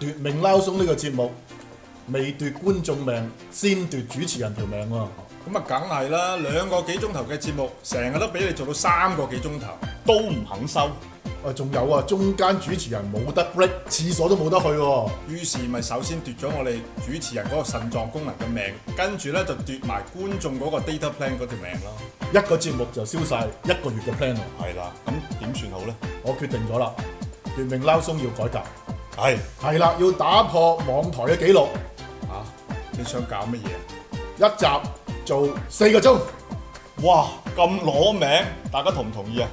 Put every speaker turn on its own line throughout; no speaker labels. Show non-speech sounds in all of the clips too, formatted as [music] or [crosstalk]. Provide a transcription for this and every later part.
奪命撈鬆呢個節目，未奪觀眾命，先奪主持人條命喎、
咁啊，梗係啦，兩個幾鐘頭嘅節目，成日都俾你做到三個幾鐘頭，都唔肯收，
啊，仲有啊，中間主持人冇得 break，廁所都冇得去喎、
於是咪首先奪咗我哋主持人嗰個腎臟功能嘅命，跟住咧就奪埋觀眾嗰個 data plan 嗰條命咯。
一個節目就燒晒一個月嘅 plan 喎
係啦，咁點算好咧？
我決定咗啦，奪命撈鬆要改
係
革，係啦，要打破網台嘅紀錄，
啊，你想搞乜嘢？
一集做四個鐘。
哇，咁攞名，大家同唔同意啊？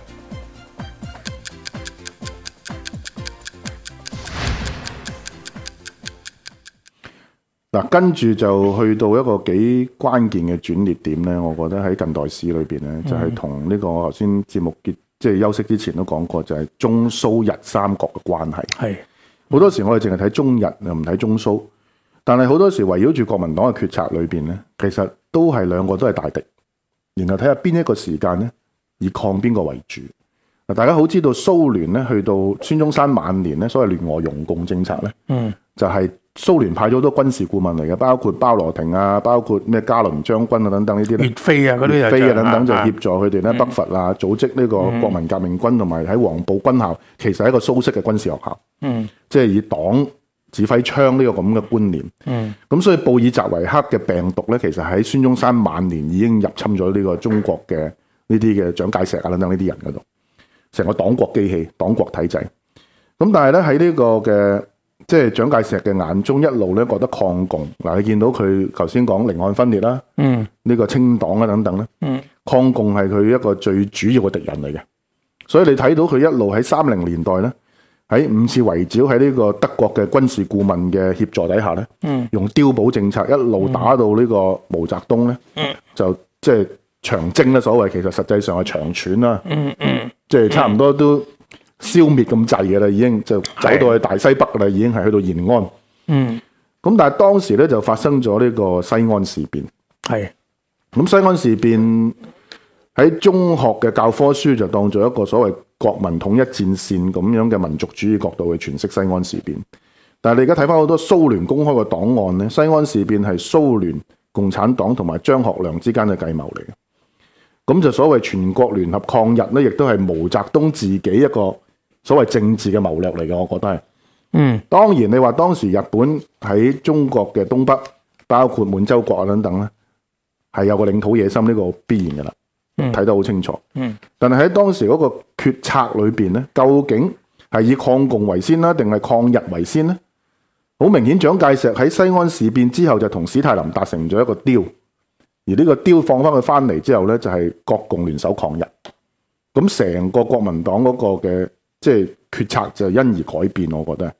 嗱，跟住就去到一個幾關鍵嘅轉捩點咧，我覺得喺近代史裏邊咧，就係同呢個我頭先節目結即係休息之前都講過，就係、中蘇日三國嘅關係。
係
好多時我哋淨係睇中日，又唔睇中蘇，但係好多時圍繞住國民黨嘅決策裏邊咧，其實都係兩個都係大敵，然後睇下邊一個時間咧以抗邊個為主。嗱，大家好知道蘇聯咧去到孫中山晚年咧，所謂聯俄容共政策咧。
嗯
就係蘇聯派咗好多軍事顧問嚟嘅，包括包羅廷啊，包括咩加倫將軍啊等等呢啲
越
咧，
飛啊嗰啲就
飛啊
像
等等就
啊
協助佢哋咧北伐啊，組織呢個國民革命軍同埋喺黃埔軍校，其實係一個蘇式嘅軍事學校，
嗯
即係以黨指揮槍呢個咁嘅觀念。
嗯
咁所以布爾什維克嘅病毒咧，其實喺孫中山晚年已經入侵咗呢個中國嘅呢啲嘅蔣介石啊等等呢啲人嗰度，成個黨國機器、黨國體制。咁但係咧喺呢個嘅即係蔣介石嘅眼中，一路咧覺得抗共嗱，你見到佢頭先講寧漢分裂啦，
嗯
呢、個清黨啊等等咧，
嗯
抗共係佢一個最主要嘅敵人嚟嘅。所以你睇到佢一路喺三零年代咧，喺五次圍剿喺呢個德國嘅軍事顧問嘅協助底下咧。
嗯
用碉堡政策一路打到呢個毛澤東咧，
嗯
就即係長征咧，所謂其實實際上係長串啦，
嗯嗯
即係差唔多都消滅咁滯嘅啦，已經就走到去大西北啦，已經係去到延安。
嗯
咁但係當時咧就發生咗呢個西安事變。
係
咁西安事變喺中學嘅教科書就當做一個所謂國民統一戰線咁樣嘅民族主義角度去詮釋西安事變。但係你而家睇翻好多蘇聯公開嘅檔案咧，西安事變係蘇聯共產黨同埋張學良之間嘅計謀嚟嘅。咁就所謂全國聯合抗日咧，亦都係毛澤東自己一個所謂政治嘅謀略嚟嘅，我覺得係。
嗯
當然，你話當時日本喺中國嘅東北，包括滿洲國啊等等咧，係有個領土野心呢個必然嘅啦，
嗯
睇得好清楚。
嗯
但係喺當時嗰個決策裏邊咧，究竟係以抗共為先啦，定係抗日為先呢？好明顯，蔣介石喺西安事變之後就同史泰林達成咗一個 deal，而呢個 deal 放翻佢翻嚟之後呢，就係、國共聯手抗日。咁成個國民黨嗰個嘅即係決策就因而改變，我覺得。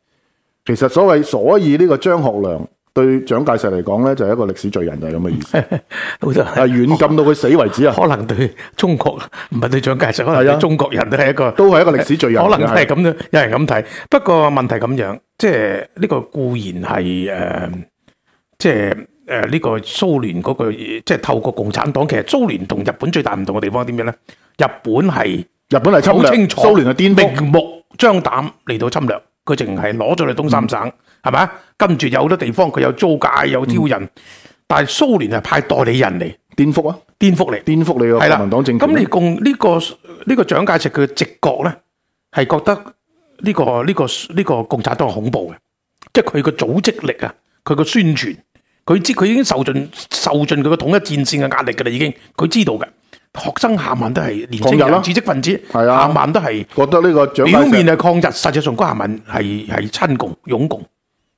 其實所謂所以呢個張學良對蔣介石嚟講呢，就係、一個歷史罪人，就係咁嘅意
[laughs]
思。
好多人
係軟禁到佢死為止啊！
可能對中國唔係對蔣介石，可能
係啊
對中國人都係一個
都係一個歷史罪人
可能
嘅
係咁樣，有人咁睇。不過問題咁樣，即係呢個固然係誒、呃即係誒呢個蘇聯嗰、個，即係透過共產黨。其實蘇聯同日本最大唔同嘅地方係點樣咧？日本係
日本係侵
好
略，
清楚，
蘇聯係顛覆。
明目張膽嚟到侵略，佢淨係攞咗你東三
嗯
省，係咪啊？跟住有好多地方佢有租界，有挑
嗯
人，但係蘇聯係派代理人嚟
顛覆啊！
顛覆你。
顛覆你個
係
國
啦，
民黨政權。
咁你共呢、個呢、個蔣介石佢嘅直覺咧，係覺得呢、個呢、個呢、個共產黨係恐怖嘅，即係佢個組織力啊，佢個宣傳，佢知佢已經受盡受盡佢個統一戰線嘅壓力㗎啦，已經佢知道嘅。學生下晚都係年
抗
青
日啦
人、知識分子，
係啊
下晚都係
覺得呢個蔣
表
介
面
石
係抗日，實際上嗰下文係係親共、擁共，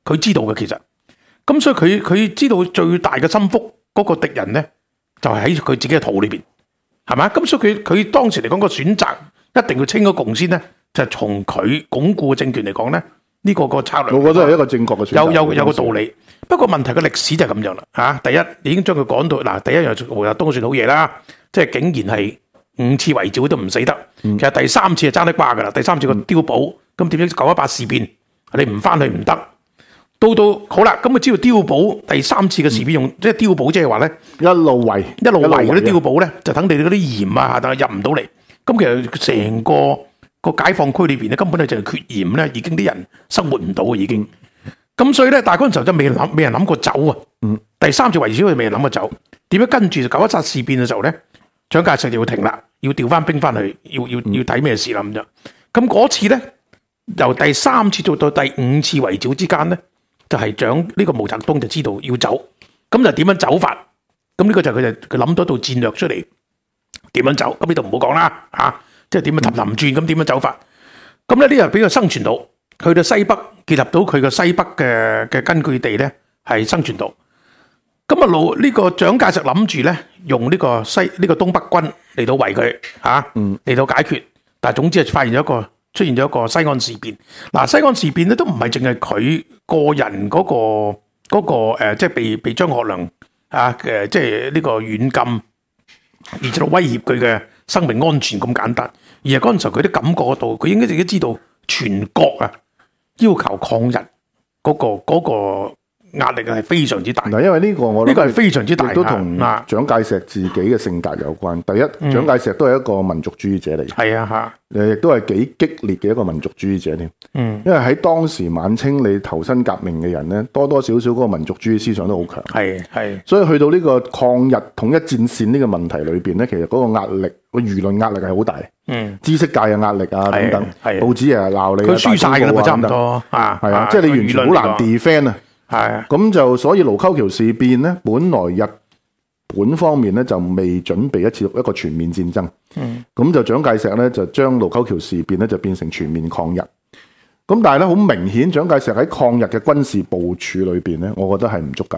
佢知道嘅其實。咁所以佢佢知道最大嘅心腹嗰個敵人咧，就係喺佢自己嘅肚裏邊，係咪咁所以佢佢當時嚟講個選擇一定要清咗共先咧，就係從佢鞏固嘅政權嚟講咧，呢、個個策略。
我覺得係一個正確嘅選擇。
有有有個道理。不過問題個歷史就係咁樣啦嚇、第一，你已經將佢講到嗱，第一樣毛澤東算好嘢啦，即係竟然係五次圍剿都唔死得。其實第三次就爭得瓜㗎啦，第三次個碉堡，咁點知九一八事變，你唔翻去唔得。到到好啦，咁啊佢知道碉堡第三次嘅事變用，即係碉堡，即係話咧。
一路圍
一路圍嗰啲碉
啊
堡咧，就等你哋嗰啲鹽啊，但係入唔到嚟。咁其實成啊個個解放區裏邊咧，根本咧就係缺鹽咧，已經啲人生活唔到嘅已經。咁所以咧，但係嗰陣時候就未諗，未人諗過走啊。嗯，第三次圍剿佢未人諗過走，點解跟住就九一七事變嘅時候咧，蔣介石就要停啦，要調翻兵翻去，要要要睇咩事啦咁樣。咁嗰次咧，由第三次做到第五次圍剿之間咧，就係、蔣呢個毛澤東就知道要走，咁就點樣走法？咁呢個就係佢就佢諗咗套戰略出嚟，點樣走？咁呢度唔好講啦，啊，即係點樣氹氹轉咁點樣走法？咁咧呢個俾佢生存到，去到西北結合到佢個西北嘅嘅根據地咧，係生存到。咁啊老呢個蔣介石諗住咧，用呢個西呢、個東北軍嚟到圍佢嚇，嚟、到解決。但係總之係發現咗一個出現咗一個西安事變。嗱、西安事變咧都唔係淨係佢個人嗰、個嗰、個、呃、即係被被張學良啊誒、即係呢個軟禁。而至到威脅佢嘅生命安全咁簡單。而係嗰陣時候佢都感覺到，佢應該自己知道全國啊要求抗日嗰、個嗰、個壓力係非常之大。
嗱，因為呢個我諗
呢個係非常之大
亦都同
啊
蔣介石自己嘅性格有關。第一，蔣介石都係一個民族主義者嚟嘅，
係啊
誒
嚇，
呃亦都係幾激烈嘅一個民族主義者添。
嗯，
因為喺當時晚清你投身革命嘅人咧，多多少少嗰個民族主義思想都好強。
係係
所以去到呢個抗日統一戰線呢個問題裏邊咧，其實嗰個壓力、個輿論壓力係好大，
嗯，
知識界嘅壓力啊等等，
係係
報紙又係鬧你啊，
佢輸晒㗎啦
大
嘛，差
公
唔
報啊
多啊，
等等，係啊，即係你完全好難
啲，
defend 啊。
係啊
咁就所以盧溝橋事變咧，本來日本方面咧就未準備一次一個全面戰爭，咁、就蔣介石咧就將盧溝橋事變咧就變成全面抗日。咁但係咧好明顯，蔣介石喺抗日嘅軍事部署裏邊咧，我覺得係唔足夠。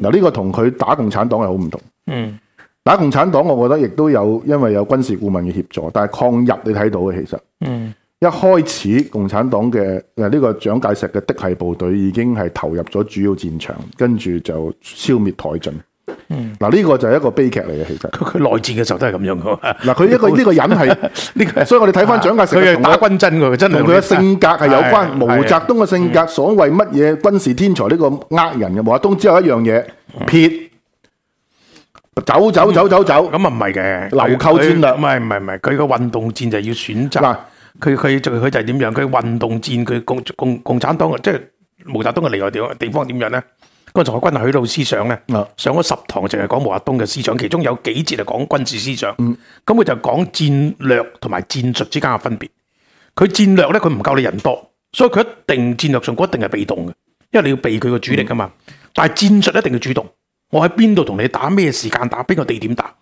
嗱，呢個同佢打共產黨係好唔同。
嗯
打共產黨，我覺得亦都有因為有軍事顧問嘅協助，但係抗日你睇到嘅其實。
嗯
一開始共產黨嘅誒呢個蔣介石嘅嫡系部隊已經係投入咗主要戰場，跟住就消滅殆盡。
嗯
嗱呢、個就係一個悲劇嚟嘅，
[laughs]
其實
佢佢內戰嘅時候都係咁樣㗎喎。
嗱佢一個呢個人係
呢 [laughs] 個係
所以我哋睇翻蔣介石
佢
嘅
係
同
打
佢
軍真㗎，佢真係
同佢嘅性格係有關。
係
毛澤東嘅性
嗯
格，所謂乜嘢軍事天才呢個呃人嘅，毛澤東只有一樣
嗯
嘢撇走走走走走。
咁啊唔係嘅，
流寇戰略
佢唔係唔係唔係，佢個運動戰就要選擇
嗱。
佢佢就佢就係點樣？佢運動戰，佢共共共產黨嘅即係毛澤東嘅厲害地方地方點樣咧？啊嗰陣時海軍許老思想咧
啊，
上咗十堂淨係講毛澤東嘅思想，其中有幾節係講軍事思想。
嗯
咁佢、就講戰略同埋戰術之間嘅分別。佢戰略咧，佢唔夠你人多，所以佢一定戰略上佢一定係被動嘅，因為你要避佢個主力噶嘛。
嗯
但係戰術一定要主動，我喺邊度同你打，咩時間打，邊個地點打。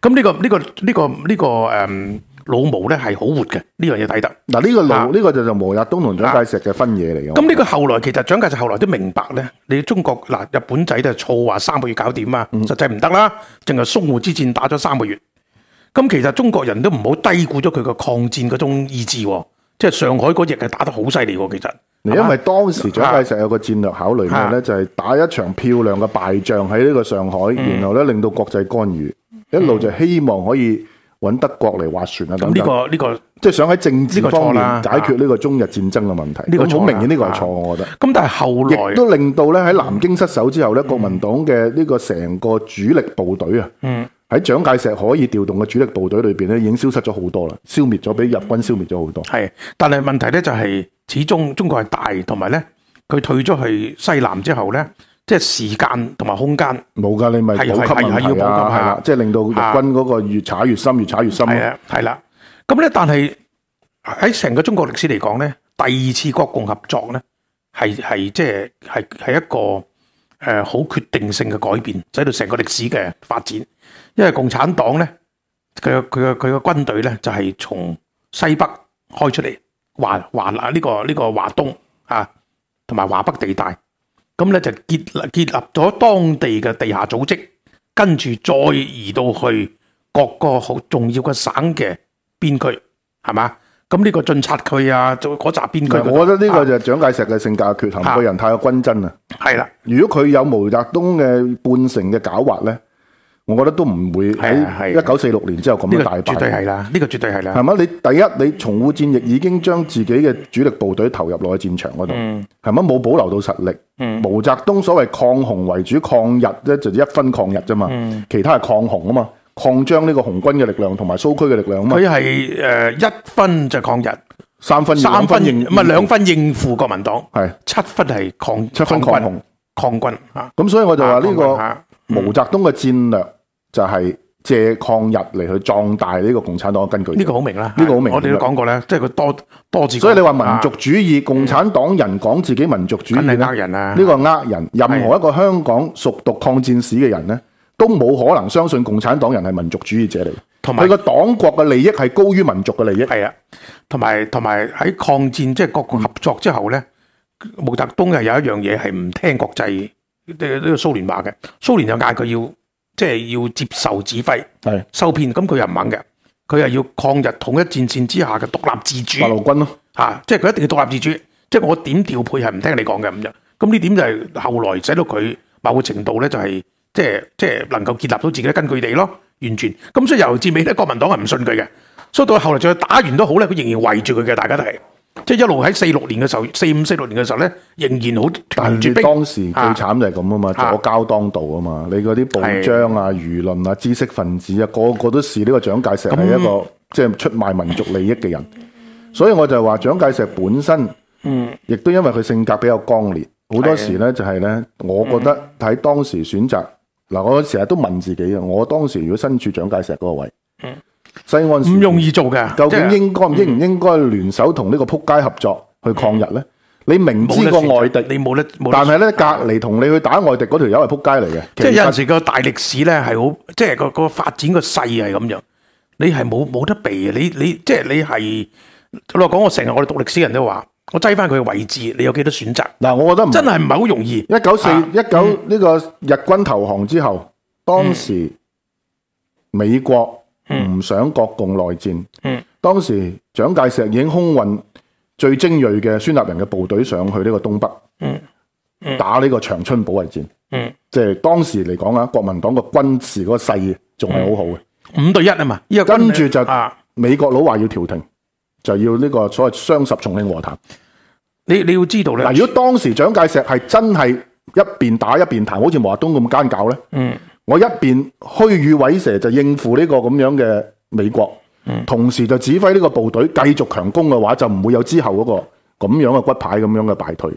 咁呢、個呢、個呢、個呢、個誒、嗯老毛咧係好活嘅，呢樣嘢睇得。
嗱呢個
啊
路呢個就就毛澤東同蔣介石嘅分野嚟嘅。
咁呢個後來其實蔣介石後來都明白咧，你中國嗱日本仔都係錯話三個月搞掂啊，
嗯
實際唔得啦，淨係淞滬之戰打咗三個月。咁其實中國人都唔好低估咗佢個抗戰嗰種意志喎，即係上海嗰役係打得好犀利喎，其實。
因
係嘛
為當時蔣介石有個戰略考慮咩
啊
呢？就係打一場漂亮嘅敗仗喺呢個上海，
嗯
然後咧令到國際干預，一路就希望可以揾德國嚟劃船啊
咁
等
呢
等，
個呢個
即係想喺政治
呢個
方
錯
面
啦啊
解決呢個中日戰爭嘅問題。
呢個
咁好
錯啦
明顯呢個係錯，
啊
我覺得。
咁，但係後
亦
來
都令到咧喺南京失守之後咧，國民黨嘅呢個成個主力部隊啊，
嗯
喺蔣介石可以調動嘅主力部隊裏邊咧，已經消失咗好多啦，消滅咗，俾日軍消滅咗好多。
係，但係問題咧就係、始終中國係大，同埋咧佢退咗去西南之後咧，即係時間同埋空間。
冇㗎，你咪補
係
給
係係係要
問
補給
題啊，係啦
啊，
即係令到日軍嗰個越踩越深，越踩越深咯。
係啊，係啦。咁咧，但係喺成個中國歷史嚟講咧，第二次國共合作咧，係係即係係係一個誒好、決定性嘅改變，使到成個歷史嘅發展。因為共產黨咧，佢嘅佢嘅佢嘅軍隊咧，就係、從西北開出嚟，華華呢、個呢、個華東啊，同埋華北地帶。咁咧就結立結立咗當地嘅地下組織，跟住再移到去各個好重要嘅省嘅邊區，係嘛？咁呢個進察區啊，就嗰扎邊區嗰度，
我覺啊得呢個就係蔣介石嘅性格嘅缺陷，
啊
個人太過均真啦。
係啦，
如果佢有毛澤東嘅半成嘅狡猾咧，我覺得都唔會
係啊
喺
係啊
一九四六年之後咁
呢
樣
個
大敗。啊
絕對係啦，呢個絕對係
係
啦，
咪？你第一，你淞滬戰役已經將自己嘅主力部隊投入落去戰場嗰度，
嗯
係咪？冇保留到實力。毛澤東所謂抗紅為主，抗日咧就一分抗日啫嘛，
嗯
其他係抗紅啊嘛，擴張呢個紅軍嘅力量同埋蘇區嘅力量啊嘛。
佢係誒一分就抗日，
三分
三分
應
唔係兩分應付國民黨，
係
七分係抗
七分抗
抗
洪
軍。抗軍嚇。
咁所以我就話呢個
啊
毛澤東嘅戰略就係借抗日嚟去壯大呢個共產黨嘅根據地
呢個啊好明啦，啊
呢個好明
我哋都講過咧，即係佢多多字講。
所以你話民族主義，共產黨人講自己民族主義
梗
呢
係呃人啊
呢個呃人。任何一個香港熟讀抗戰史嘅人呢，都冇可能相信共產黨人係民族主義者嚟。
同埋
佢個黨國嘅利益係高於民族嘅利益。
係啊，同埋同埋喺抗戰即係各國合作之後咧，毛澤東係有一樣嘢係唔聽國際呢呢個蘇聯話嘅，蘇聯就嗌佢要即係要接受指揮
係
收編，咁佢又唔肯嘅，佢係要抗日統一戰線之下嘅獨立自主
八。路軍咯，
啊，即係佢一定要獨立自主，即係我點調配係唔聽你講嘅咁樣。咁呢點就係後來使到佢某個程度咧、就係即係即係能夠建立到自己嘅根據地咯，完全。咁所以由至尾咧，國民黨係唔信佢嘅，所以到後來再打完都好咧，佢仍然圍住佢嘅，大家都係。即係一路喺四六年嘅時候，四五四六年嘅時候咧，仍然好
但係
團住
你
兵。
當時最
啊
慘就係咁啊嘛，
啊
左交當道啊嘛，你嗰啲報章啊、輿論啊、知識分子啊，個個都視呢個蔣介石係一個即係出賣民族利益嘅人。所以我就話蔣介石本身，嗯，亦都因為佢性格比較剛烈，好多時呢就係呢，我覺得
嗯
喺當時選擇嗱，我成日都問自己啊，我當時如果身處蔣介石嗰個位，西安事
嗯唔
件
容易做嘅，
究
即係嗯
竟應該應唔應該聯手同呢個撲街合作去抗日呢？你明
冇
知
得
個
選擇
外敵。
你冇得冇得
但係咧，隔離同你去打外敵嗰條友係撲街嚟嘅。
即係有
其
陣
實
時個大歷史咧係好，即係個個發展個勢係咁樣，你係冇冇得避嘅。啊你你即係你係老實講，我成日我哋讀歷史人都話，我擠翻佢嘅位置，你有幾多選擇？
嗱，我覺得唔
真係啊唔係好容易。
一九四
啊
一九呢個日軍投降之後，當時美國唔想國共內戰，
嗯
當時蔣介石已經空運最精鋭嘅孫立人嘅部隊上去呢個東北，
嗯嗯
打呢個長春保衛戰。
嗯
即係當時嚟講啊，國民黨個軍事嗰個勢仲係好好嘅。
五對一啊嘛，呢個
跟住就
啊，
美國佬話要調停，就要呢個所謂雙十重慶和談。
你你要知道咧，
嗱，如果當時蔣介石係真係一邊打一邊彈，好似毛澤東咁奸搞呢，
嗯
我一邊虛與委蛇就應付呢個咁樣嘅美國，同時就指揮呢個部隊繼續強攻嘅話，就唔會有之後嗰、個咁樣嘅骨牌咁樣嘅敗退。
誒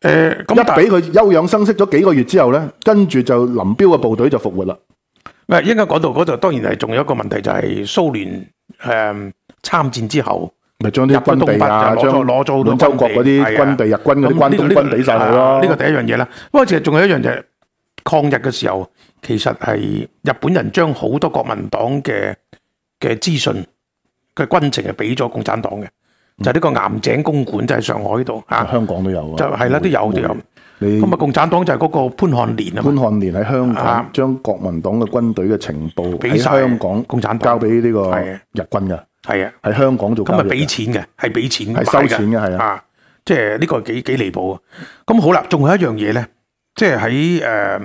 呃咁但
一俾佢休養生息咗幾個月之後呢，跟住就林彪嘅部隊就復活啦。
嗱，應該講到嗰度，當然係仲有一個問題就係蘇聯誒參戰之後。
咪將
入
啲
咗
軍
東北
地啊，
就攞咗
將
攞咗好多
滿洲國嗰
軍地
啲
係啊
軍地、日軍嗰啲
咁
關
呢個
東
呢個
軍俾晒佢咯。
啊呢個第一樣嘢啦。不過其實仲有一樣就係抗日嘅時候，其實係日本人將好多國民黨嘅嘅資訊嘅軍情係俾咗共產黨嘅，
嗯
就係呢個岩井公館就係上海度嚇，
香港都有啊，
就係啦都有都有。
你
咁啊，共產黨就係嗰個潘漢年啊嘛
潘，漢年喺香港
啊
將國民黨嘅軍隊嘅情報
俾
喺
晒
香港
共產黨
交俾呢個
係啊
日軍嘅，
係啊，
喺香港做
咁
交
啊
易
俾
嘅。
錢嘅，係俾錢買
係
嘅，
收錢嘅係啊
啊，即係呢個幾幾離譜啊！咁好啦，仲有一樣嘢咧，即係喺誒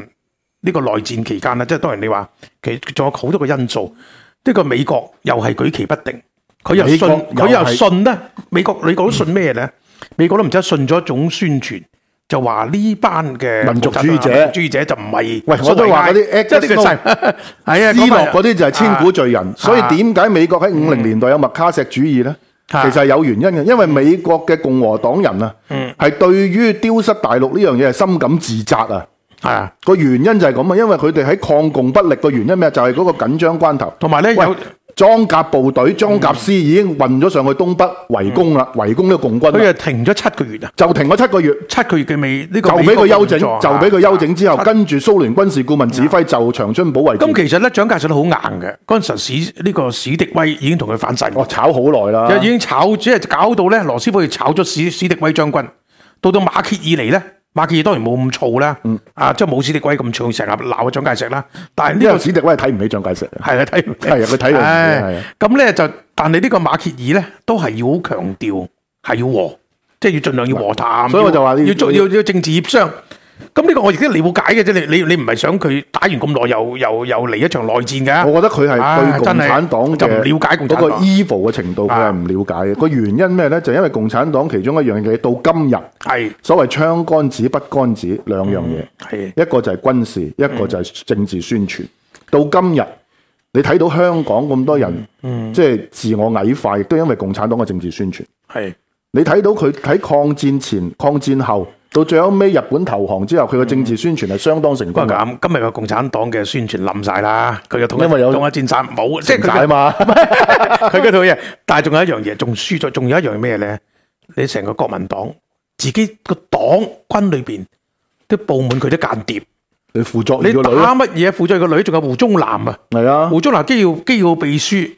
呢個內戰期間啦，即係當然你話其實仲有好多個因素，呢個美國又係舉棋不定，佢又
美
信
國
佢
又
又
係
信咧，美國美國都信咩咧？美國都唔知信咗一種宣傳。就話呢班嘅
民族主義者
民族主義者就唔係
喂我都話嗰啲
即係呢個
Agnes
勢係啊，
斯洛嗰啲就係千古
啊嗯
罪人，所以點解美國喺五零年代有麥卡錫主義呢？其
啊
實係有原因嘅，因為美國嘅共和黨人啊，
嗯
係對於丟失大陸呢樣嘢係深感自責啊。
啊，
個原因就係咁啊，因為佢哋喺抗共不力個原因咩？就係嗰個緊張關頭。
同埋咧
喂
有。嗯
裝甲部隊、裝甲師已經運咗上去東北圍攻啦，圍攻呢個共軍啦。啊
佢又停咗七個月啊，
就停咗七個月，
七個月嘅未呢個
就俾
美國
佢休整，
援助
就俾佢休整之後，
啊
跟住蘇聯軍事顧問指揮就長春保衛
咁
戰，
其實咧，蔣介石都好硬嘅。嗰陣時史呢個史迪威已經同佢反晒面，
我哦炒好耐啦
就。已經炒，即係搞到咧羅斯福佢炒咗史史迪威將軍。到到馬歇爾嚟咧，馬歇爾當然冇咁燥啦，
嗯
啊，即係冇史迪威咁燥，成日鬧蔣介石啦。但係呢
呢
個
個史迪威係睇唔起蔣介石嘅，
係
[laughs]
啊，睇
係啊佢睇到
唉
係啊
咁咧就，但係呢個馬歇爾咧都係要好強調係要和，即係要盡量要和談。
所以我就話呢
要要做
呢
要要政治協商。咁呢個我亦都理解嘅啫，你你你唔係想佢打完咁耐又又又嚟一場內戰㗎？
我覺得佢係
啊唉
對共
真係
產黨
就唔
嘅
了解共產
嗰個
黨
evil 嘅程度，佢係唔了解嘅。個原因咩呢？就因為共產黨其中一樣嘢到今日，
係
所謂槍杆子、筆杆子兩樣嘢。
係
一個就係軍事，一個就係政治宣傳。到今日，你睇到香港咁多人，
嗯
即係自我矮化，亦都因為共產黨嘅政治宣傳。
係
你睇到佢喺抗戰前、抗戰後，到最後尾日本投降之後，佢嘅政治宣傳係相當成
不
功
過
嘅。
咁，今日嘅共產黨嘅宣傳冧晒啦，佢嘅統一
因為有
統一戰殺冇，即係
點
佢嘅
解嘛？
[laughs] 佢嗰套嘢，但係仲有一樣嘢，仲輸咗，仲有一樣咩咧？你成個國民黨自己個黨軍裏邊都佈滿佢啲間諜，
你輔助你
你
個女
打乜嘢輔助佢個女，仲有胡宗南啊！
係啊，
胡宗南機要機要秘書，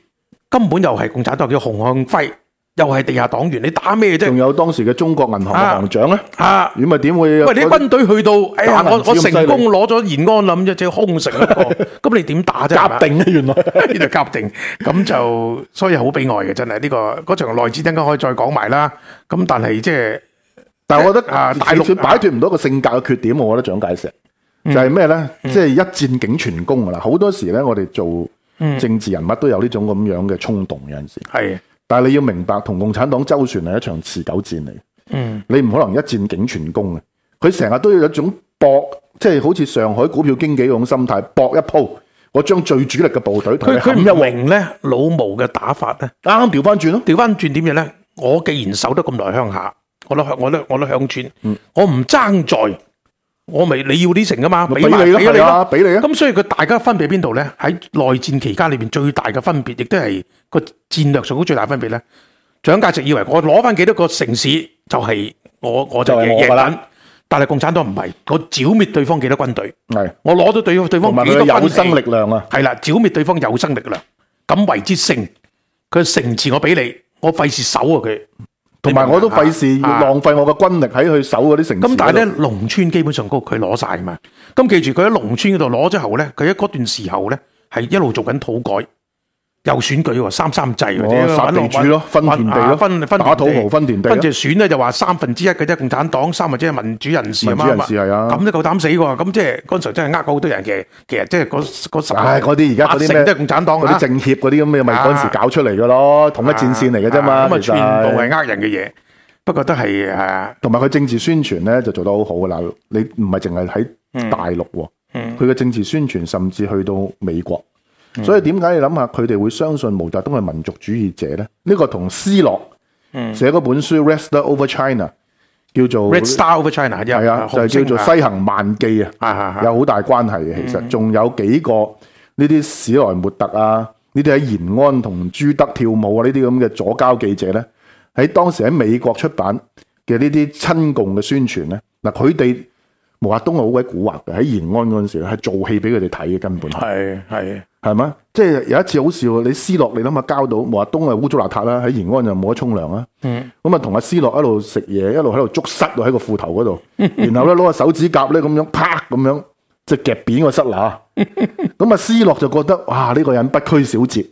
根本又係共產黨叫洪向輝，又係地下黨員，你打咩
仲
啫？
有當時嘅中國銀行嘅
啊
行長咧，
啊！
咁咪點會有？
喂，你軍隊去到，哎呀，
打
我
民主
我
咁犀
成
利
功攞咗延安啦，咁即係空城一個，咁你點打啫？係咪
夾定啊，原來。
[laughs] 呢度夾定，咁就所以好悲哀嘅，真係呢、個嗰場內戰陣間可以再講埋啦。咁但係即係
但係我覺得
啊嗯大陸
佢擺脱唔到一個性格嘅缺點，我覺得蔣介石就係咩咧？即係一戰竟全功噶啦！好多時咧，我哋做
嗯
政治人物都有呢種咁樣嘅衝動有陣時。
係
但係你要明白，同共產黨周旋係一場持久戰嚟。
嗯，
你唔可能一戰竟全功嘅。佢成日都有一種搏，即係好似上海股票經紀嗰種心態，搏一鋪，我將最主力嘅部隊同
佢
你
佢
冚一
唔
鑊。
明咧老毛嘅打法咧，
啱啱調翻轉咯，
調翻轉點嘢咧？我既然守得咁耐鄉下，我都我都我都鄉村，
嗯
我唔爭在，我咪你要呢成噶嘛，
咪
俾
俾
埋
你咯，
俾你
係
咯
啊，。俾你啊！
咁所以佢大家分別邊度咧？喺內戰期間裏邊最大嘅分別，亦都係個戰略上高最大分別咧。蔣介石以為我攞翻幾多個城市就係、我我就
就係我
贏贏
㗎啦
緊，但係共產黨唔係，我剿滅對方幾多軍隊，
係
我攞咗對對
同
方
埋
幾
佢
多
嘅
軍
有生
力，
力量啊！
係啦，剿滅對方有生力量，咁為之勝。佢城池我俾你，我費事守啊佢，
同埋我都費事要
啊
浪費我嘅軍力喺佢守嗰啲城市嗰度。
咁但係咧，農村基本上嗰個佢攞晒嘛。咁記住佢喺農村嗰度攞咗後咧，佢喺嗰段時候咧係一路做緊土改，又選舉喎，三三制或者
哦殺地主咯分田地咯
啊分分田地
打土豪分田地咯
跟住選咧就話三分之一嘅啫，共產黨三分之一民主人士啊嘛，
民主人士係啊
咁都夠膽死喎！咁即係嗰陣時候真係呃過好多人嘅，其實即係嗰嗰十
唉，嗰啲而家嗰
八
啲
成
咩
都係共產黨
嗰
啊
啲政協嗰啲咁嘅，咪
啊
嗰陣時搞出嚟嘅咯，統一戰線嚟嘅啫嘛。
咁啊，
其
全
實
部係呃人嘅嘢，不過都係係啊，
同埋佢政治宣傳咧就做得好好嘅啦。你唔係淨係
嗯
喺大陸喎，佢嘅政治宣傳甚至去到美國。
嗯
所以點解你諗下佢哋會相信毛澤東係民族主義者咧？呢個同斯諾寫嗰本書《Red Star Over China》叫做
嗯 Red Star over China 一
係啊，就係叫做西行萬記啊。
啊啊嗯
有好大關係嘅。其實仲有幾個呢啲史萊末特啊，呢啲喺延安同朱德跳舞啊，呢啲咁嘅左交記者呢，喺當時喺美國出版嘅呢啲親共嘅宣傳呢，嗱佢哋毛澤東係好鬼蠱惑嘅，喺延安嗰陣時咧係做戲俾佢哋睇嘅根本係
係係。
係咪？即係有一次好笑，你斯諾你諗下交到毛澤東係污糟邋遢啦，喺延安就冇得沖涼啦。咁啊同阿斯諾一路食嘢，一路喺度捉塞喎喺個褲頭嗰度，然後咧攞個手指甲咧咁樣啪咁樣即係夾扁個塞拿。咁啊斯諾就覺得哇呢、個人不拘小節，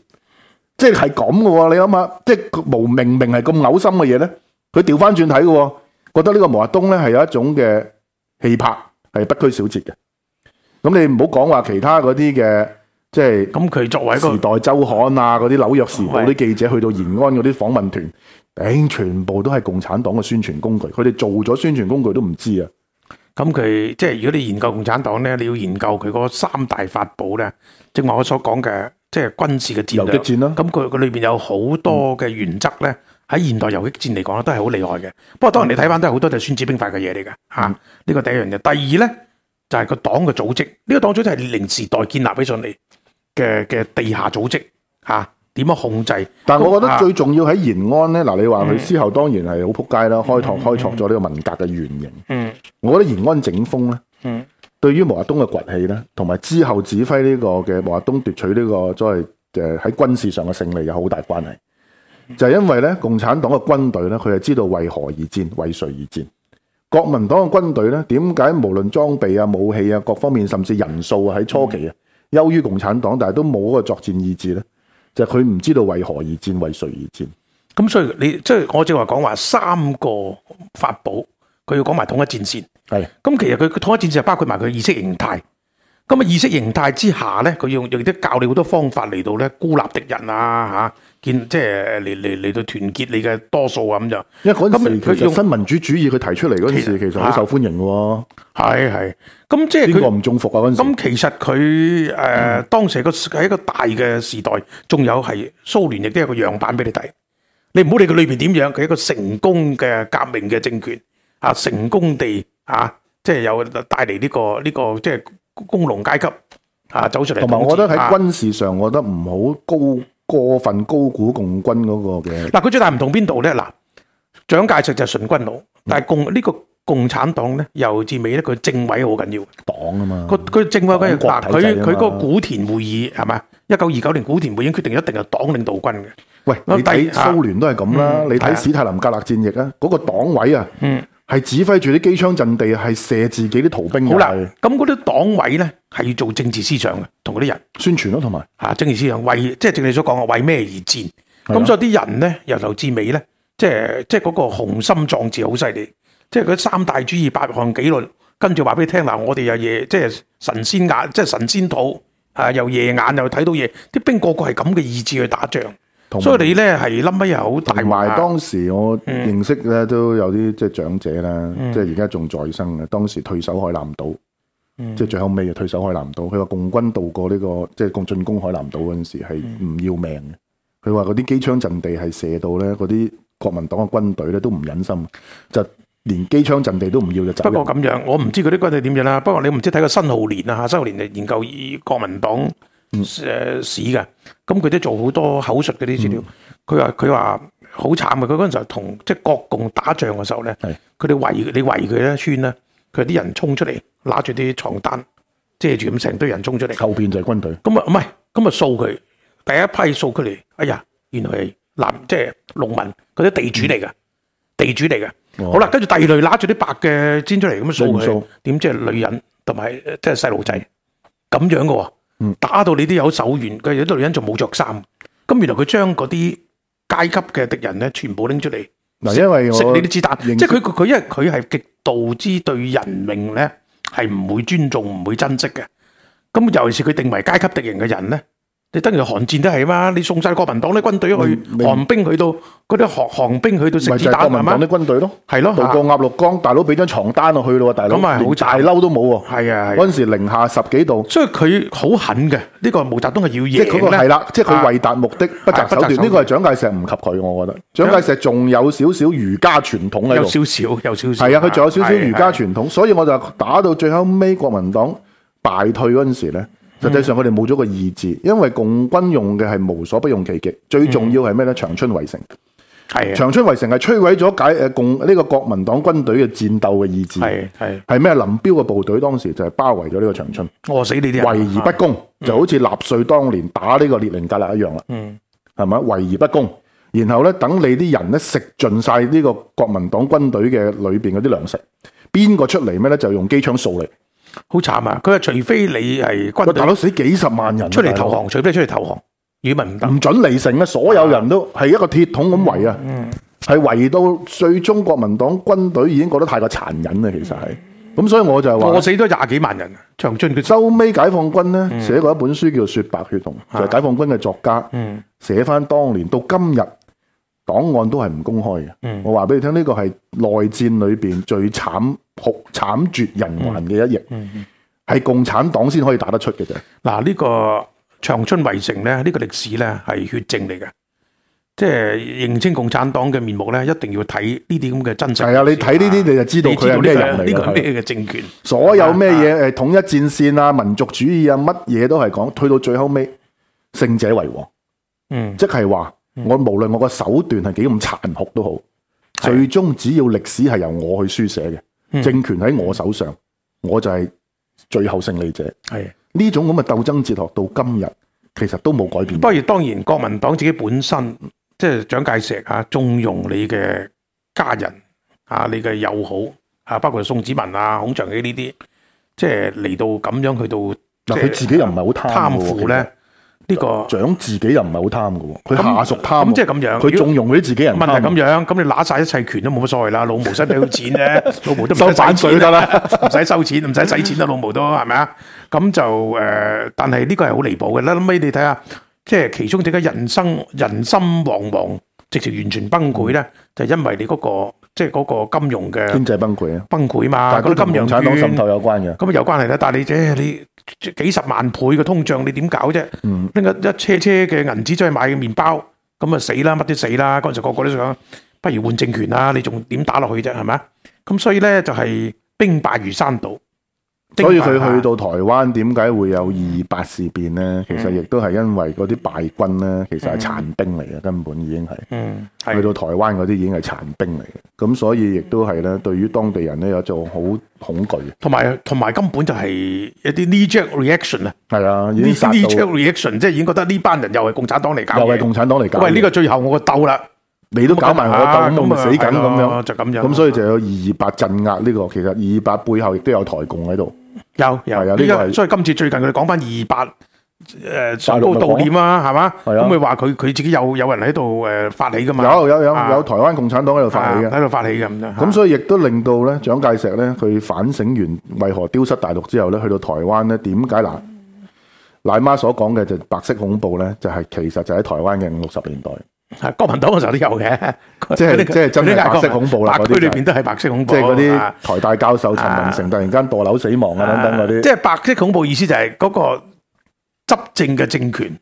即係係咁嘅喎。你諗下，即係佢無明明係咁嘔心嘅嘢咧，佢調翻轉睇嘅喎，覺得呢個毛澤東咧係有一種嘅氣魄係不拘小節嘅。咁你唔好講話其他嗰啲嘅即係。
咁佢作為一個
時代周刊啊，嗰啲紐約時報啲
喂
記者去到延安嗰啲訪問團，頂全部都係共產黨嘅宣傳工具，佢哋做咗宣傳工具都唔知啊。
咁佢即係如果你研究共產黨咧，你要研究佢嗰三大法寶咧，正話我所講嘅，即係軍事嘅戰略。
游擊戰啦嗯
咁佢佢裏邊有好多嘅原則咧，喺現代遊擊戰嚟講咧都係好厲害嘅。不過當然你睇翻都係好多就係孫子兵法嘅嘢嚟嘅嚇。
嗯
呢、個第一樣嘢。第二咧就係、個黨嘅組織，呢、個黨組織係列寧時代建立起上嚟嘅嘅地下組織嚇，點、樣控制？
但係我覺得
啊
最重要喺延安咧，嗱你話佢之後當然係好撲街啦，開拓開拓咗呢個文革嘅原型。
嗯
我覺得延安整風咧，
嗯
對於毛澤東嘅崛起咧，同埋之後指揮呢個嘅毛澤東奪取呢個所謂誒喺軍事上嘅勝利有好大關係。嗯就係因為咧，共產黨嘅軍隊咧，佢係知道為何而戰，為誰而戰。國民黨嘅軍隊咧，點解無論裝備啊、武器啊各方面，甚至人數啊，喺初期啊，優於共產黨，但係都冇嗰個作戰意志咧，就係佢唔知道為何而戰，為誰而戰。
咁所以你即係我正話講話三個法寶，佢要講埋統一戰線。
係
咁其實佢佢統一戰線係包括埋佢意識形態，咁啊意識形態之下咧，佢用亦都教你好多方法嚟到咧孤立敵人啊嚇、見即係嚟嚟嚟到團結你嘅多數啊咁就。
因為嗰陣時
咁佢
其實
用
新民主主義佢提出嚟嗰陣時，
其實
其實好受歡迎嘅喎，
係係，咁即係
邊個
佢。
唔中伏啊嗰陣時？
咁其實佢誒、呃、當時係個係一個大嘅時代，仲有係蘇聯亦都有個樣板俾你睇。你唔好理佢裏邊點樣，佢係一個成功嘅革命嘅政權啊，成功地啊，即係有帶嚟呢個呢、個即係工農階級啊走出嚟統治。
同埋我覺得喺
啊
軍事上，我覺得唔好高過分高估共軍嗰個嘅。
嗱，佢最大唔同邊度咧？嗱，蔣介石就係純軍佬，但係共呢、個共產黨咧，由至尾咧，佢政委好緊要。
黨啊嘛，
個佢政委嗰日
黨
嗱，
國體制
佢
啊
佢嗰個
嘛
古田會議係咪？一九二九年古田會議已經決定一定係黨領導軍嘅。
喂，你睇
第啊
蘇聯都係咁啦，
嗯
你
係
睇
啊嗯
史泰林格勒戰役啊，嗰個黨委啊，係指揮住啲機槍陣地，係射自己啲逃兵
好
入
啦
去，
咁嗰啲黨委咧係要做政治思想嘅，同嗰啲人
宣傳咯，同埋
嚇政治思想為即係正如你所講嘅為咩而戰。
啊
咁所以啲人咧由頭至尾咧，即係即係嗰個雄心壯志好犀利，即係嗰三大主義八項紀律，跟住話俾你聽嗱，我哋又夜即係神仙眼，即係神仙肚啊，又夜眼又睇到嘢，啲兵個個係咁嘅意志去打仗，
同埋
所以你咧係冧尾又好大啊
同埋當時我認識咧都有啲即係長者啦，即係而家仲在生嘅，當時退守海南島，即係最後尾就退守海南島。佢話共軍渡過呢個即係共進攻海南島嗰陣時係唔要命嘅。佢話嗰啲機槍陣地係射到咧，嗰啲國民黨嘅軍隊咧都唔忍心，就連機槍陣地都唔要就走
不
人。
過咁樣，我唔知佢啲軍隊點樣啦。不過你唔知睇個新浩年啊，新浩年係研究以國民黨
嗯
誒、呃史嘅，咁佢都做好多口述嗰啲資
嗯
料。佢話佢話好慘嘅，佢嗰陣時候同即係國共打仗嘅時候咧，
係
佢哋圍你圍佢咧村咧，佢啲人衝出嚟，揦住啲床單遮住咁成堆人衝出嚟。
後邊就係軍隊。
咁啊，唔係，咁啊掃佢，第一批掃佢嚟，哎呀，原來係南即係農民嗰啲地主嚟嘅，地主嚟嘅。
嗯哦
好啦，跟住第二類揦住啲白嘅煎出嚟，咁
你唔掃
掃佢，點知係女人同埋呃即係細路仔咁樣嘅喎，
嗯
打到你啲有手軟，佢有啲女人仲冇着衫，咁原來佢將嗰啲階級嘅敵人咧，全部拎出嚟。
嗱，因為我
食你啲子彈，
認
即係佢佢佢因為佢係極度之對人命咧係唔會尊重、唔會珍惜嘅。咁尤其是佢定為階級敵人嘅人咧，你等於韓戰都係嘛？你送晒國民黨啲軍隊
嗯明
去
明
韓兵去到嗰啲韓韓兵去到食
咪
子
就係國
彈
民
係
黨
嘛
啲？軍隊咯。
係咯，
渡過鴨綠江，大佬俾張床單落去咯喎，大佬
咁咪好
連
慘
大褸都冇喎。
係啊係
嗰
啊。
陣時零下十幾度，
所以佢好狠嘅，呢個毛澤東係要
即係嗰
贏
個
咧
係。啦，即係佢
啊
為達目的不擇手
係不擇
段。
手段
呢個係蔣介石唔及佢，我覺得。蔣介石仲有少少儒家傳統喺
有
度，
少少，有少少。
係啊，佢仲有少少
係
儒家傳統，所以我就打到最後尾國民黨敗退嗰陣時咧，實際上佢哋冇咗個意
嗯
志，因為共軍用嘅係無所不用其極，最重要係咩咧？長春圍城，
係啊
長春圍城係摧毀咗解誒共呢個國民黨軍隊嘅戰鬥嘅意志。
係係
係咩？林彪嘅部隊當時就係包圍咗呢個長春，
餓死你啲人。啊
圍而不攻，
嗯
就好似納粹當年打呢個列寧格勒一樣啦。嗯，係咪？圍而不攻，然後咧等你啲人咧食盡晒呢個國民黨軍隊嘅裏邊嗰啲糧食，邊個出嚟咩咧？就用機槍掃你。
好慘啊！佢話除非你係
喂，
軍
大
隊
佬死幾十萬人啊
出嚟投
大佬
降，除非你出嚟投降，語文唔得。
唔准離城啊！所有人都係一個鐵桶咁圍啊，
嗯
係圍到最終國民黨軍隊已經覺得太過殘忍啦。其實係咁，所以我就係話
餓。死咗廿幾萬人，長春佢
收尾解放軍咧寫過一本書叫《雪白血統》，就
啊
係解放軍嘅作家
嗯
寫翻當年到今日檔案都係唔公開
嗯
嘅。我話俾你聽，呢個係內戰裏邊最慘酷慘絕人寰嘅
嗯
一役，係共產黨先可以打得出嘅啫。
嗱呢個長春圍城咧，呢、個歷史咧係血證嚟嘅，即係認清共產黨嘅面目咧，一定要睇呢啲咁嘅真實。
係啊，你睇呢啲你就知道
你知
佢
道
係
呢
咩
個
人嚟
呢個
㗎
係
係啊。
咩啊嘅政權？
所有咩嘢誒統一戰線啊、民族主義啊、乜嘢都係講，退到最後尾勝者為王。
嗯，
即係話，我無論我個手段係幾咁殘酷都好，
係嗯
最終只要歷史係由我去書寫嘅，政權喺我手上，我就係最後勝利者。
係。
呢種咁嘅鬥爭哲學到今日，其實都冇改變
不。過當然，國民黨自己本身即係蔣介石啊，縱容你嘅家人啊，你嘅友好啊，包括宋子文啊、孔祥熙呢啲，即係嚟到咁樣去到
嗱，
即係
佢自己又唔係好貪啊
貪
嘅喎
腐咧，呢個
長自己又唔係好貪嘅喎，佢下屬貪喎，
咁即係咁樣
佢縱容佢啲自己人貪
問
喎。
題咁樣，咁你揦晒一切權都冇乜所謂啦，老毛使唔使要錢
[laughs]
啫？老毛都唔使
收版
使
税
錢
得
啦
啦，
[laughs] 唔使收錢，唔使使錢啦，老毛都係咪啊？咁就誒、呃但係呢個係好離譜嘅啦。後尾你睇下，即係其中點解人生人心惶惶，直情完全崩潰咧？就因為你嗰、個即係嗰個金融嘅
經濟崩潰啊！
崩潰嘛，
但係佢
嗰啲
同共
金融
產黨
圈
滲透有關嘅。
咁啊有關係啦。但係你誒你幾十萬倍嘅通脹，你點搞啫？
嗯
拎個一車車嘅銀紙出去買麵包，咁啊死啦，乜都死啦。嗰陣時個個都想，不如換政權啦，你仲點打落去啫？係咪啊？咁所以咧就係、兵敗如山倒，
所以佢
兵敗啊
去到台灣點解會有二二八事變呢？其實
嗯
亦都係因為嗰啲敗軍呢，其實係殘兵嚟嘅，根本已經係
嗯
去
係
到台灣嗰啲已經係殘兵嚟嘅。咁所以亦都係呢，對於當地人呢，有一種好恐懼，
同埋同埋根本就係一啲 knee jerk reaction 啊
係啊，已經
，knee
殺
knee jerk
到
reaction 即係已經覺得呢班人又係共產黨嚟搞
又係
嘢，
共產黨嚟搞嘢，
喂呢、個最後我個鬥啦，
你都搞埋我
啊
鬥，咁我咪
啊
死緊
係
咁
咯
樣。
就咁樣，
咁所以就有二二八鎮壓呢個，其實二二八背後亦都有台共喺度。
有
係啊
有，
呢個
依家
係
所以今次最近佢哋講翻二呃八誒
大
上
陸
高
咪
悼念啊，係嘛？
係啊
咁佢話佢佢自己有有人喺度誒發起噶嘛？
有有有有
啊
台灣共產黨喺度發起嘅
啊。喺度發起嘅咁樣。
咁所以亦都令到咧，蔣介石咧，佢反省完為何丟失大陸之後咧，去到台灣咧，點解嗱奶媽所講嘅就白色恐怖咧，就係、其實就喺台灣嘅五六十年代，
以啊國民黨嗰時候都有嘅，
即係
佢哋
即係真係
佢哋
白色恐怖啦
白
嗰啲
區裏
就係
邊都係白色恐怖，
即係嗰
啊
啲台大教授陳文成突然間墮樓死亡啊等等嗰
啊
啲，
即係白色恐怖意思就係嗰個執政嘅政權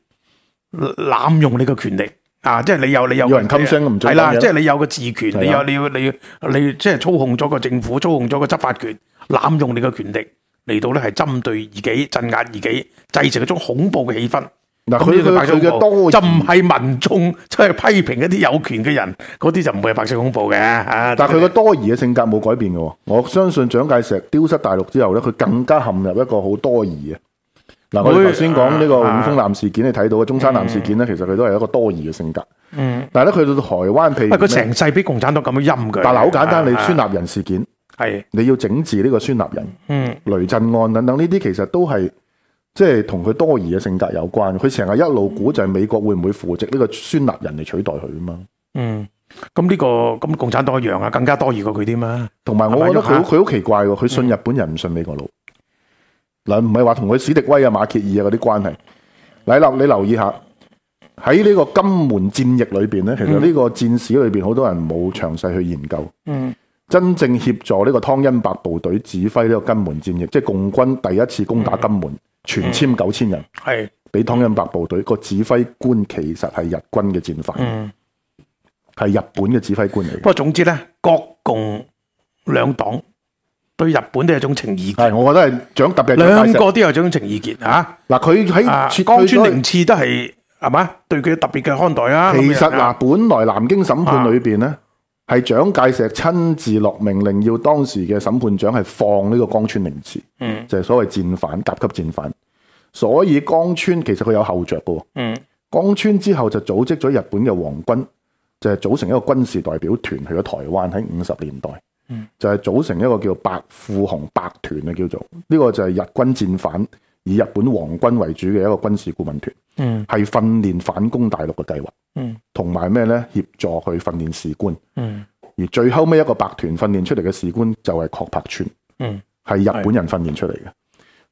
濫用你嘅權力啊！即係你有你有
要人噤聲唔准
係啦，
講嘢
即係你有個治權，
係啊
你有你要你要你即係操控咗個政府，操控咗個執法權，濫用你嘅權力嚟到咧係針對自己、鎮壓自己，製成一種恐怖嘅氣氛。
嗱
咁呢
佢
個
佢
白色
佢
恐
嘅
怖
多
就唔係民眾即係批評一啲有權嘅人，嗰啲就唔會係白色恐怖嘅啊！
但係佢個多疑嘅性格冇改變嘅喎，我相信蔣介石丟失大陸之後咧，佢更加陷入一個好多疑嘅。啊嗱，我哋頭先講呢個五
啊
峰艦事件，你睇到嘅中山艦事件
嗯
咧，其實佢都係一個多疑嘅性格。嗯。但係咧，去到台灣，譬如
喂啊佢
咩
成世俾共產黨咁樣陰佢。
但係好簡單，你
啊
孫立人事件，
係
你要整治呢個孫立人、
嗯。
雷震案等等呢啲，其實都係即係同佢多疑嘅性格有關。佢成日一路估就係美國會唔會扶植呢個孫立人嚟取代佢啊嘛。
嗯，咁呢、個咁共產黨一樣啊，更加多疑過佢添啊！
同埋我覺得佢
係咪
好
喐
佢好奇怪喎，佢信日本人唔信美國佬。嗱，唔係話同佢史迪威啊、馬歇爾啊嗰啲關係。嗱，你留意下喺呢個金門戰役裏邊咧，其實呢個戰史裏邊好多人冇詳細去研究。
嗯，
真正協助呢個湯恩伯部隊指揮呢個金門戰役，即係共軍第一次攻打金門，全殲九千人，
係，
俾湯恩伯部隊個指揮官其實係日軍嘅戰犯，
嗯，
係日本嘅指揮官嚟
不
嘅。
過總之咧，國共兩黨對日本都有種情意結，
係，我覺得係蔣特別係蔣介
兩
石
個都有種情意結啊！
嗱，佢
啊，
喺
江
佢
川寧次都係係嘛，對佢有特別嘅看待啊！
其實
咁樣
嗱
啊，，
本來南京審判裏邊呢，係蔣介石親自落命令，要當時嘅審判長係放呢個江川寧次，
嗯
就係所謂戰犯、甲級戰犯。所以江川其實佢有後着嘅喎。
嗯
江川之後就組織咗日本嘅皇軍，就係、組成一個軍事代表團去咗台灣喺五十年代，
嗯
就係、組成一個叫白富雄白團啊，叫做呢、個就係日軍戰犯以日本皇軍為主嘅一個軍事顧問團。
嗯
係訓練反攻大陸嘅計劃，
嗯，
同埋咩咧協助去訓練士官，
嗯
而最後尾一個白團訓練出嚟嘅士官就係郭柏川，
嗯
係日本人訓練出嚟嘅。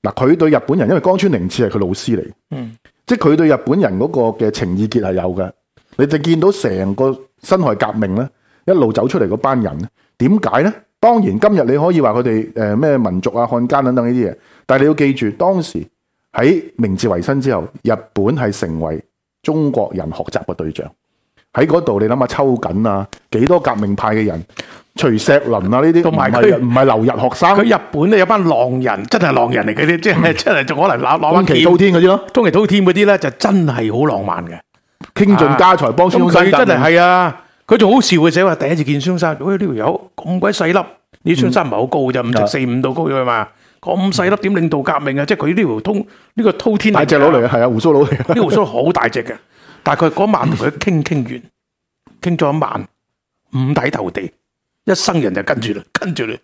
嗱，佢對日本人，因為江川寧次係佢老師嚟，
嗯，
即係佢對日本人嗰個嘅情意結係有嘅。你就見到成個辛亥革命咧，一路走出嚟嗰班人咧，點解咧？當然今日你可以話佢哋誒咩民族啊、漢奸等等呢啲嘢，但係你要記住，當時喺明治維新之後，日本係成為中國人學習嘅對象。喺嗰度你諗下秋瑾啊，幾多革命派嘅人，徐錫麟啊呢啲，
同埋
唔係
佢
唔係留日學
佢
生，
日本咧有班浪人，真係浪人嚟嘅啲，即
嗯
係真係仲可能攞攞翻
安
劍
旗，滔天嗰啲咯，
中旗滔天嗰啲咧就真係好浪漫嘅。
傾盡家財幫孫
啊
中
咁
山
佢
革
真
命
係係啊！佢仲好笑嘅，寫話第一次見孫生，喂呢條友咁鬼細粒，啲孫生唔係好高咋，
啊
五尺四五度高啫嘛，咁細粒點領導革命啊？即係佢呢條通呢個滔天
大隻佬嚟嘅，
呢
係啊，胡鬚佬
[laughs]
嚟嘅。
條鬚好大隻嘅，但係佢嗰晚同佢傾傾完， [laughs] 傾咗一晚，五體投地，一生人就跟住啦，跟住啦，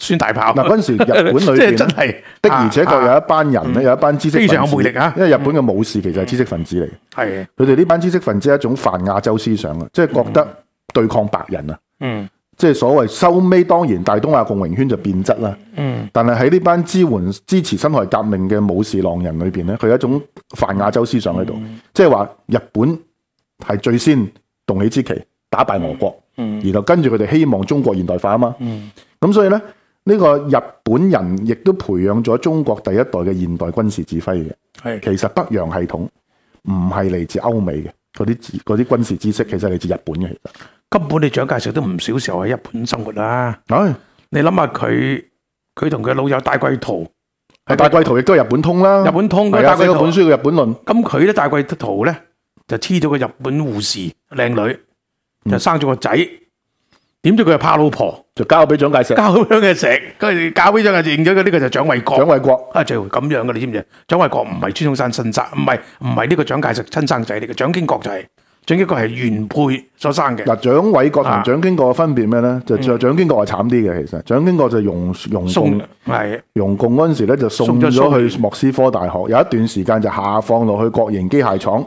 孫大炮。
嗱嗰陣時日
[laughs]
本裏
即
邊
係
呢
真係啊嗯
的而且確有一班人咧，有一班知識分子
非常有魅力啊
因為日本嘅武士其實係知識分子嚟嘅。
係
佢哋呢班知識分子係一種泛亞洲思想啊，即係覺得對抗白人啊，
嗯
即係所謂收尾當然大東亞共榮圈就變質啦。
嗯
但係喺呢班支援支持辛亥革命嘅武士浪人裏邊咧，佢有一種泛亞洲思想喺度，
嗯
即係話日本係最先動起之旗，打敗俄國，
嗯
然後跟住佢哋希望中國現代化啊嘛。
嗯
咁所以咧，呢、呢個日本人亦都培養咗中國第一代嘅現代軍事指揮嘅。
係
其實北洋系統唔係嚟自歐美嘅嗰啲知嗰啲軍事知識，其實嚟自日本嘅。其實，
根本你蔣介石都唔少時候喺日本生活啦。
唉、
你諗下佢佢同佢老友戴季陶，
係大貴圖亦都係日本通啦。
日本通嘅
係啊，
戴
寫
季
咗
陶
本。書叫《日本論》。
咁佢咧戴季陶咧就黐咗個日本護士靚
嗯
女，就生咗個仔。點知佢係怕老婆，
就交俾蔣介石、
交咗張嘅石，跟住交俾張嘅認咗佢呢個就蔣衛
蔣
國。
衛國。
啊，就咁樣嘅，你知唔知？蔣衛國唔係孫中山親生，唔係唔係呢個蔣介石親生仔嚟嘅，蔣經國就係、蔣經國係原配所生嘅。
嗱，蔣偉國同
啊嗯
蔣經國嘅分別咩咧？就蔣蔣經國係慘啲嘅，其實蔣經國就容容
送
共
係
容共嗰陣時咧，就送
送咗蘇
咗
聯
去莫斯科大學，有一段時間就下放落去國營機械廠，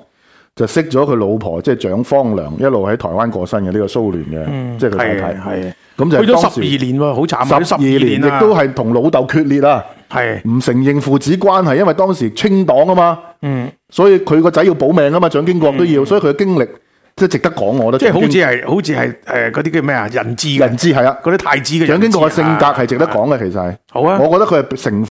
就識咗佢老婆，即係蔣芳良，一路喺台灣過身嘅呢個蘇聯嘅，即係佢太太。
係
咁就
嗯去
係
咗
當
十二
時
年喎，好慘啊！
十二
12
年，亦
啊
都係同老豆決裂啊，
係
唔承認父子關係，因為當時清黨啊嘛，
嗯，
所以佢個仔要保命啊嘛，蔣經國都要，所以佢嘅經歷即係值得講，我覺得
即係好似
蔣經
係好似係誒嗰啲叫咩啊人質嘅
人知係啊。
嗰啲太子嘅
蔣經國嘅
人質
性格係值得
啊。
講嘅，其實係。
好啊，
我覺得佢係承